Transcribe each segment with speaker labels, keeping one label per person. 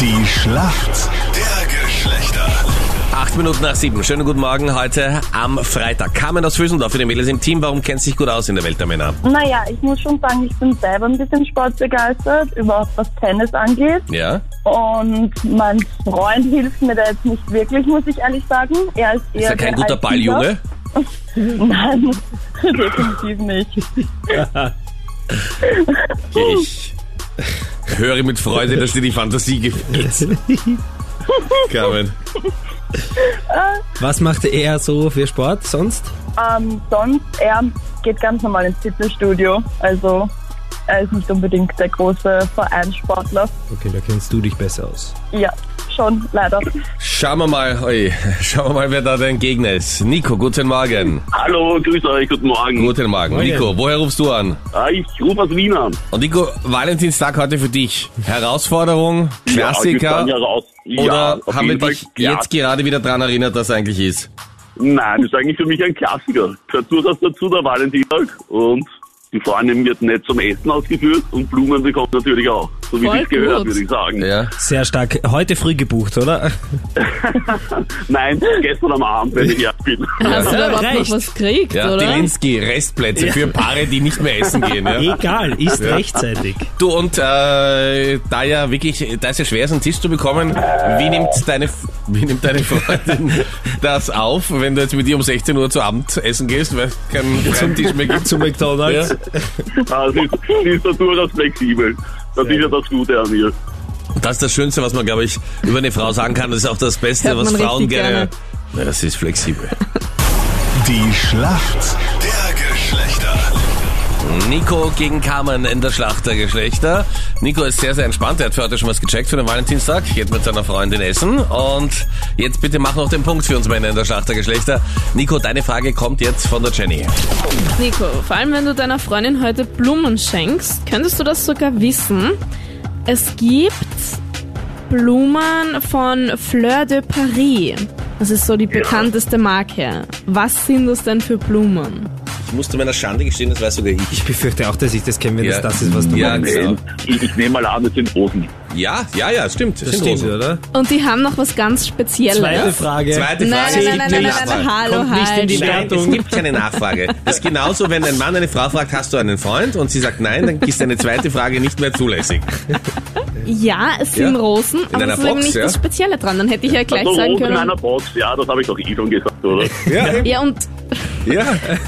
Speaker 1: Die Schlacht der Geschlechter.
Speaker 2: Acht Minuten nach sieben. Schönen guten Morgen heute am Freitag. Carmen aus Füssendorf für die Mädels im Team. Warum kennt sich gut aus in der Welt der Männer?
Speaker 3: Naja, ich muss schon sagen, ich bin selber ein bisschen sportbegeistert, überhaupt was Tennis angeht.
Speaker 2: Ja?
Speaker 3: Und mein Freund hilft mir da jetzt nicht wirklich, muss ich ehrlich sagen. Er ist eher
Speaker 2: Ist ja kein
Speaker 3: der
Speaker 2: guter Balljunge.
Speaker 3: Allrounder. Nein, definitiv nicht.
Speaker 2: Ich höre mit Freude, dass dir die Fantasie gefällt. Carmen.
Speaker 4: Was macht er so für Sport sonst?
Speaker 3: Ähm, sonst, er geht ganz normal ins Fitnessstudio. Also er ist nicht unbedingt der große Vereinssportler.
Speaker 4: Okay, da kennst du dich besser aus.
Speaker 3: Ja, schon, leider.
Speaker 2: Schauen wir mal, oi, schauen wir mal, wer da dein Gegner ist. Nico, guten Morgen.
Speaker 5: Hallo, grüß euch, guten Morgen.
Speaker 2: Guten Morgen. Nico, woher rufst du an?
Speaker 5: Ah, Ich rufe aus Wien an.
Speaker 2: Und Nico, Valentinstag heute für dich. Herausforderung,
Speaker 5: Ja,
Speaker 2: Klassiker.
Speaker 5: ich bin ja raus. ja,
Speaker 2: Oder
Speaker 5: auf
Speaker 2: haben wir
Speaker 5: jeden Fall
Speaker 2: dich jetzt
Speaker 5: Klassiker.
Speaker 2: gerade wieder dran erinnert, was eigentlich ist?
Speaker 5: Nein, das ist eigentlich für mich ein Klassiker. Gehört durchaus dazu, der Valentinstag. Und die Freundin wird nicht zum Essen ausgeführt und Blumen bekommt natürlich auch. So wie
Speaker 6: Voll
Speaker 5: es gehört,
Speaker 6: gut.
Speaker 5: würde ich sagen.
Speaker 2: Ja.
Speaker 4: Sehr stark. Heute früh gebucht, oder?
Speaker 5: Nein, gestern am Abend, wenn ich ehrlich bin.
Speaker 6: Hast du
Speaker 4: Ja,
Speaker 6: da überhaupt
Speaker 4: reicht.
Speaker 6: noch was gekriegt,
Speaker 2: Ja,
Speaker 6: oder?
Speaker 2: Delinsky, Restplätze für Paare, die nicht mehr essen gehen. Ja.
Speaker 4: Egal, ist rechtzeitig.
Speaker 2: Du und äh, da ja wirklich, da ist ja schwer, ist, einen Tisch zu bekommen. Wie nimmt deine, wie nimmt deine Freundin das auf, wenn du jetzt mit ihr um 16 Uhr zu Abend essen gehst, weil es keinen freien Tisch mehr gibt?
Speaker 4: Zu McDonalds.
Speaker 2: Ja.
Speaker 5: Ah, sie, ist, sie ist da durchaus flexibel. Das ist ja das Gute an ihr.
Speaker 2: Das ist das Schönste, was man, glaube ich, über eine Frau sagen kann. Das ist auch das Beste,
Speaker 6: Hört
Speaker 2: was
Speaker 6: man richtig
Speaker 2: Frauen gerne.
Speaker 6: gerne.
Speaker 2: Na, das ist flexibel.
Speaker 1: Die Schlacht der Geschlechter.
Speaker 2: Nico gegen Carmen in der Schlacht der Geschlechter. Nico ist sehr, sehr entspannt. Er hat für heute schon was gecheckt für den Valentinstag. Geht mit seiner Freundin essen. Und jetzt bitte mach noch den Punkt für uns Männer in der Schlacht der Geschlechter. Nico, deine Frage kommt jetzt von der Jenny.
Speaker 6: Nico, vor allem wenn du deiner Freundin heute Blumen schenkst, könntest du das sogar wissen. Es gibt Blumen von Fleur de Paris. Das ist so die bekannteste Marke. Was sind das denn für Blumen?
Speaker 2: Ich muss zu meiner Schande gestehen, das weiß sogar ich.
Speaker 4: Ich befürchte auch, dass ich das kenne, wenn
Speaker 2: Ja.
Speaker 4: das das ist, was du
Speaker 2: Ja,
Speaker 4: meinst.
Speaker 2: genau.
Speaker 5: Ich, ich nehme mal an, es sind Rosen.
Speaker 2: Ja, ja, ja, stimmt.
Speaker 4: Das stimmt, oder?
Speaker 6: Und die haben noch was ganz Spezielles.
Speaker 4: Zweite Frage.
Speaker 2: Zweite Frage.
Speaker 6: Nein,
Speaker 2: es
Speaker 6: nein,
Speaker 2: gibt
Speaker 6: nein, nein,
Speaker 2: eine
Speaker 6: nein, nein,
Speaker 2: Nachfrage.
Speaker 6: nein, hallo,
Speaker 4: Kommt nicht in
Speaker 6: halt.
Speaker 4: die
Speaker 2: Nein, es
Speaker 4: Wertung.
Speaker 2: gibt keine Nachfrage. Das ist genauso, wenn ein Mann eine Frau fragt, hast du einen Freund? Und sie sagt nein, dann ist eine zweite Frage nicht mehr zulässig.
Speaker 6: Ja, es sind
Speaker 2: Ja.
Speaker 6: Rosen,
Speaker 2: In
Speaker 6: aber
Speaker 2: einer
Speaker 6: das ist eben
Speaker 2: Box,
Speaker 6: nicht
Speaker 2: ja.
Speaker 6: das Spezielle dran. Dann hätte ich ja gleich
Speaker 5: Also
Speaker 6: sagen
Speaker 5: Rosen in
Speaker 6: können.
Speaker 5: einer Box, ja, das habe ich doch eh schon gesagt, oder?
Speaker 2: Ja, eben.
Speaker 6: Ja, und
Speaker 2: ja.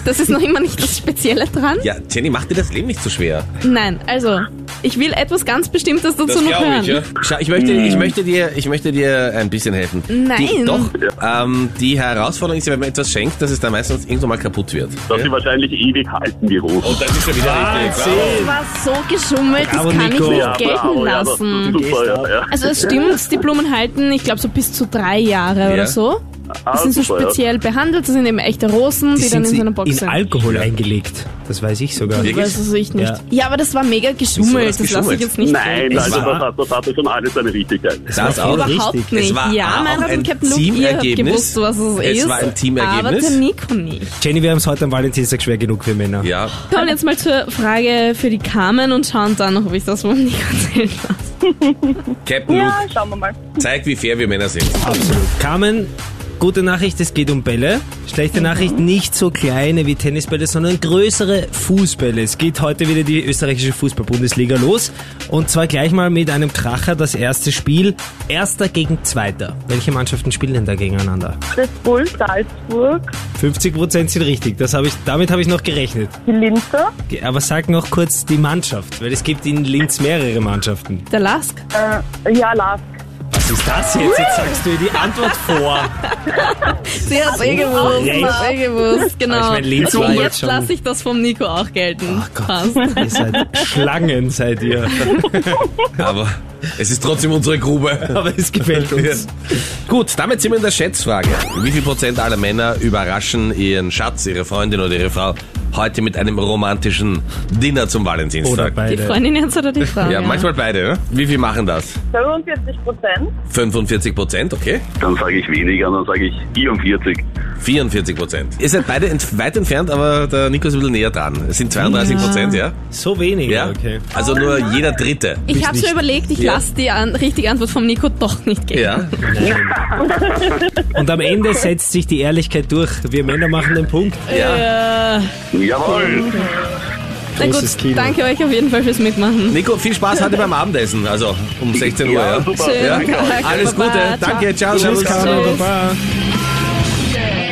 Speaker 6: das ist noch immer nicht das Spezielle dran.
Speaker 2: Ja, Jenny, mach dir das Leben nicht zu schwer.
Speaker 6: Nein, also, ich will etwas ganz Bestimmtes dazu noch hören.
Speaker 2: Schau, ich möchte, ich möchte dir, ich möchte dir ein bisschen helfen. Die,
Speaker 6: Nein.
Speaker 2: doch, ähm, die Herausforderung ist, ja, wenn man etwas schenkt, dass es dann meistens irgendwann mal kaputt wird.
Speaker 5: Dass sie wahrscheinlich ewig halten, die Rosen.
Speaker 2: Das ist ja wieder
Speaker 4: Ah,
Speaker 2: richtig.
Speaker 6: Das war so geschummelt, das
Speaker 4: Bravo,
Speaker 6: kann
Speaker 4: Nico.
Speaker 6: ich
Speaker 4: Ja,
Speaker 6: nicht gelten
Speaker 5: ja, das
Speaker 6: lassen.
Speaker 5: ist super, ja, ja.
Speaker 6: Also es stimmt, die Blumen halten, ich glaube, so bis zu drei Jahre
Speaker 2: Ja.
Speaker 6: oder so.
Speaker 5: Ah,
Speaker 6: Die sind so
Speaker 5: super, ja.
Speaker 6: speziell behandelt, das sind eben echte Rosen, die,
Speaker 4: Die
Speaker 6: dann
Speaker 4: sind
Speaker 6: in
Speaker 4: sie
Speaker 6: so einer Box
Speaker 4: in
Speaker 6: sind.
Speaker 4: Alkohol eingelegt. Das weiß ich sogar.
Speaker 6: Ich weiß es ich nicht.
Speaker 4: Ja.
Speaker 6: Ja. aber das war mega geschummelt,
Speaker 2: Wieso war das
Speaker 6: das lasse
Speaker 2: geschummelt?
Speaker 6: ich jetzt nicht
Speaker 5: Nein,
Speaker 6: gelten.
Speaker 4: Es
Speaker 5: also
Speaker 4: war-
Speaker 5: das hat, das hatte schon alles seine Richtigkeit.
Speaker 2: Das auch
Speaker 4: Überhaupt
Speaker 2: richtig.
Speaker 6: Überhaupt nicht.
Speaker 2: Es war
Speaker 6: ja,
Speaker 2: auch
Speaker 6: mein Rat
Speaker 2: ein
Speaker 6: und Captain Luke, ihr habt
Speaker 2: Teamergebnis.
Speaker 6: gewusst, was es,
Speaker 2: Es
Speaker 6: ist.
Speaker 2: war ein Teamergebnis.
Speaker 6: Aber der Nico nicht.
Speaker 4: Jenny, wir haben es heute am Valentinstag schwer genug für Männer.
Speaker 2: Ja,
Speaker 6: Kommen wir jetzt mal zur Frage für die Carmen und schauen dann noch, ob ich das wohl nicht erzählen lasse.
Speaker 2: Captain
Speaker 3: Ja,
Speaker 2: Luke,
Speaker 3: schauen wir mal.
Speaker 2: zeig, wie fair wir Männer sind.
Speaker 4: Absolut. Carmen, gute Nachricht, es geht um Bälle. Schlechte Nachricht, nicht so kleine wie Tennisbälle, sondern größere Fußbälle. Es geht heute wieder die österreichische Fußball-Bundesliga los. Und zwar gleich mal mit einem Kracher das erste Spiel. Erster gegen Zweiter. Welche Mannschaften spielen denn da gegeneinander?
Speaker 3: Das Bull Salzburg,
Speaker 4: 50% sind richtig, das hab ich, damit habe ich noch gerechnet.
Speaker 3: die Linzer,
Speaker 4: Ge- Aber sag noch kurz die Mannschaft, weil es gibt in Linz mehrere Mannschaften.
Speaker 6: Der Lask.
Speaker 3: äh, ja, Lask.
Speaker 4: Was ist das jetzt? Jetzt sagst du ihr die Antwort vor.
Speaker 6: Sie hat eh gewusst.
Speaker 4: Recht.
Speaker 6: Sie hat's eh gewusst, genau.
Speaker 4: Aber ich mein, Linz
Speaker 6: Und
Speaker 4: war jetzt
Speaker 6: jetzt
Speaker 4: schon-
Speaker 6: lasse ich das vom Nico auch gelten.
Speaker 4: Ach Gott.
Speaker 6: Passt.
Speaker 4: Ihr seid Schlangen, seid ihr.
Speaker 2: Aber es ist trotzdem unsere Grube.
Speaker 4: Aber es gefällt uns.
Speaker 2: Gut, damit sind wir in der Schätzfrage. Wie viel Prozent aller Männer überraschen ihren Schatz, ihre Freundin oder ihre Frau heute mit einem romantischen Dinner zum
Speaker 4: Oder
Speaker 2: Valentinstag?
Speaker 6: Die
Speaker 4: beide.
Speaker 6: Freundin jetzt oder die Frau?
Speaker 2: ja, manchmal beide, ne? Wie viel machen das?
Speaker 3: 45 Prozent.
Speaker 2: 45 Prozent, okay.
Speaker 5: Dann sage ich weniger, dann sage ich 44.
Speaker 2: 44 Prozent. Ihr seid beide ent weit entfernt, aber der Nico ist ein bisschen näher dran. Es sind 32 Prozent, ja?
Speaker 4: So wenig,
Speaker 2: Ja.
Speaker 4: okay.
Speaker 2: Also nur jeder Dritte.
Speaker 6: Ich habe mir überlegt, ich
Speaker 2: Ja.
Speaker 6: lasse die an richtige Antwort vom Nico doch nicht geben.
Speaker 2: Ja.
Speaker 4: Und am Ende setzt sich die Ehrlichkeit durch. Wir Männer machen den Punkt.
Speaker 2: ja.
Speaker 5: Jawohl.
Speaker 6: Äh, Na gut,
Speaker 4: Großes Kino.
Speaker 6: danke euch auf jeden Fall fürs Mitmachen.
Speaker 2: Nico, viel Spaß heute beim Abendessen, also um 16 Uhr, ja?
Speaker 5: super.
Speaker 6: Schönen
Speaker 2: Ja.
Speaker 6: Tag.
Speaker 2: Alles
Speaker 6: Baba,
Speaker 2: Gute,
Speaker 6: ciao.
Speaker 2: danke, ciao, servus.
Speaker 6: Tschüss.
Speaker 4: Baba.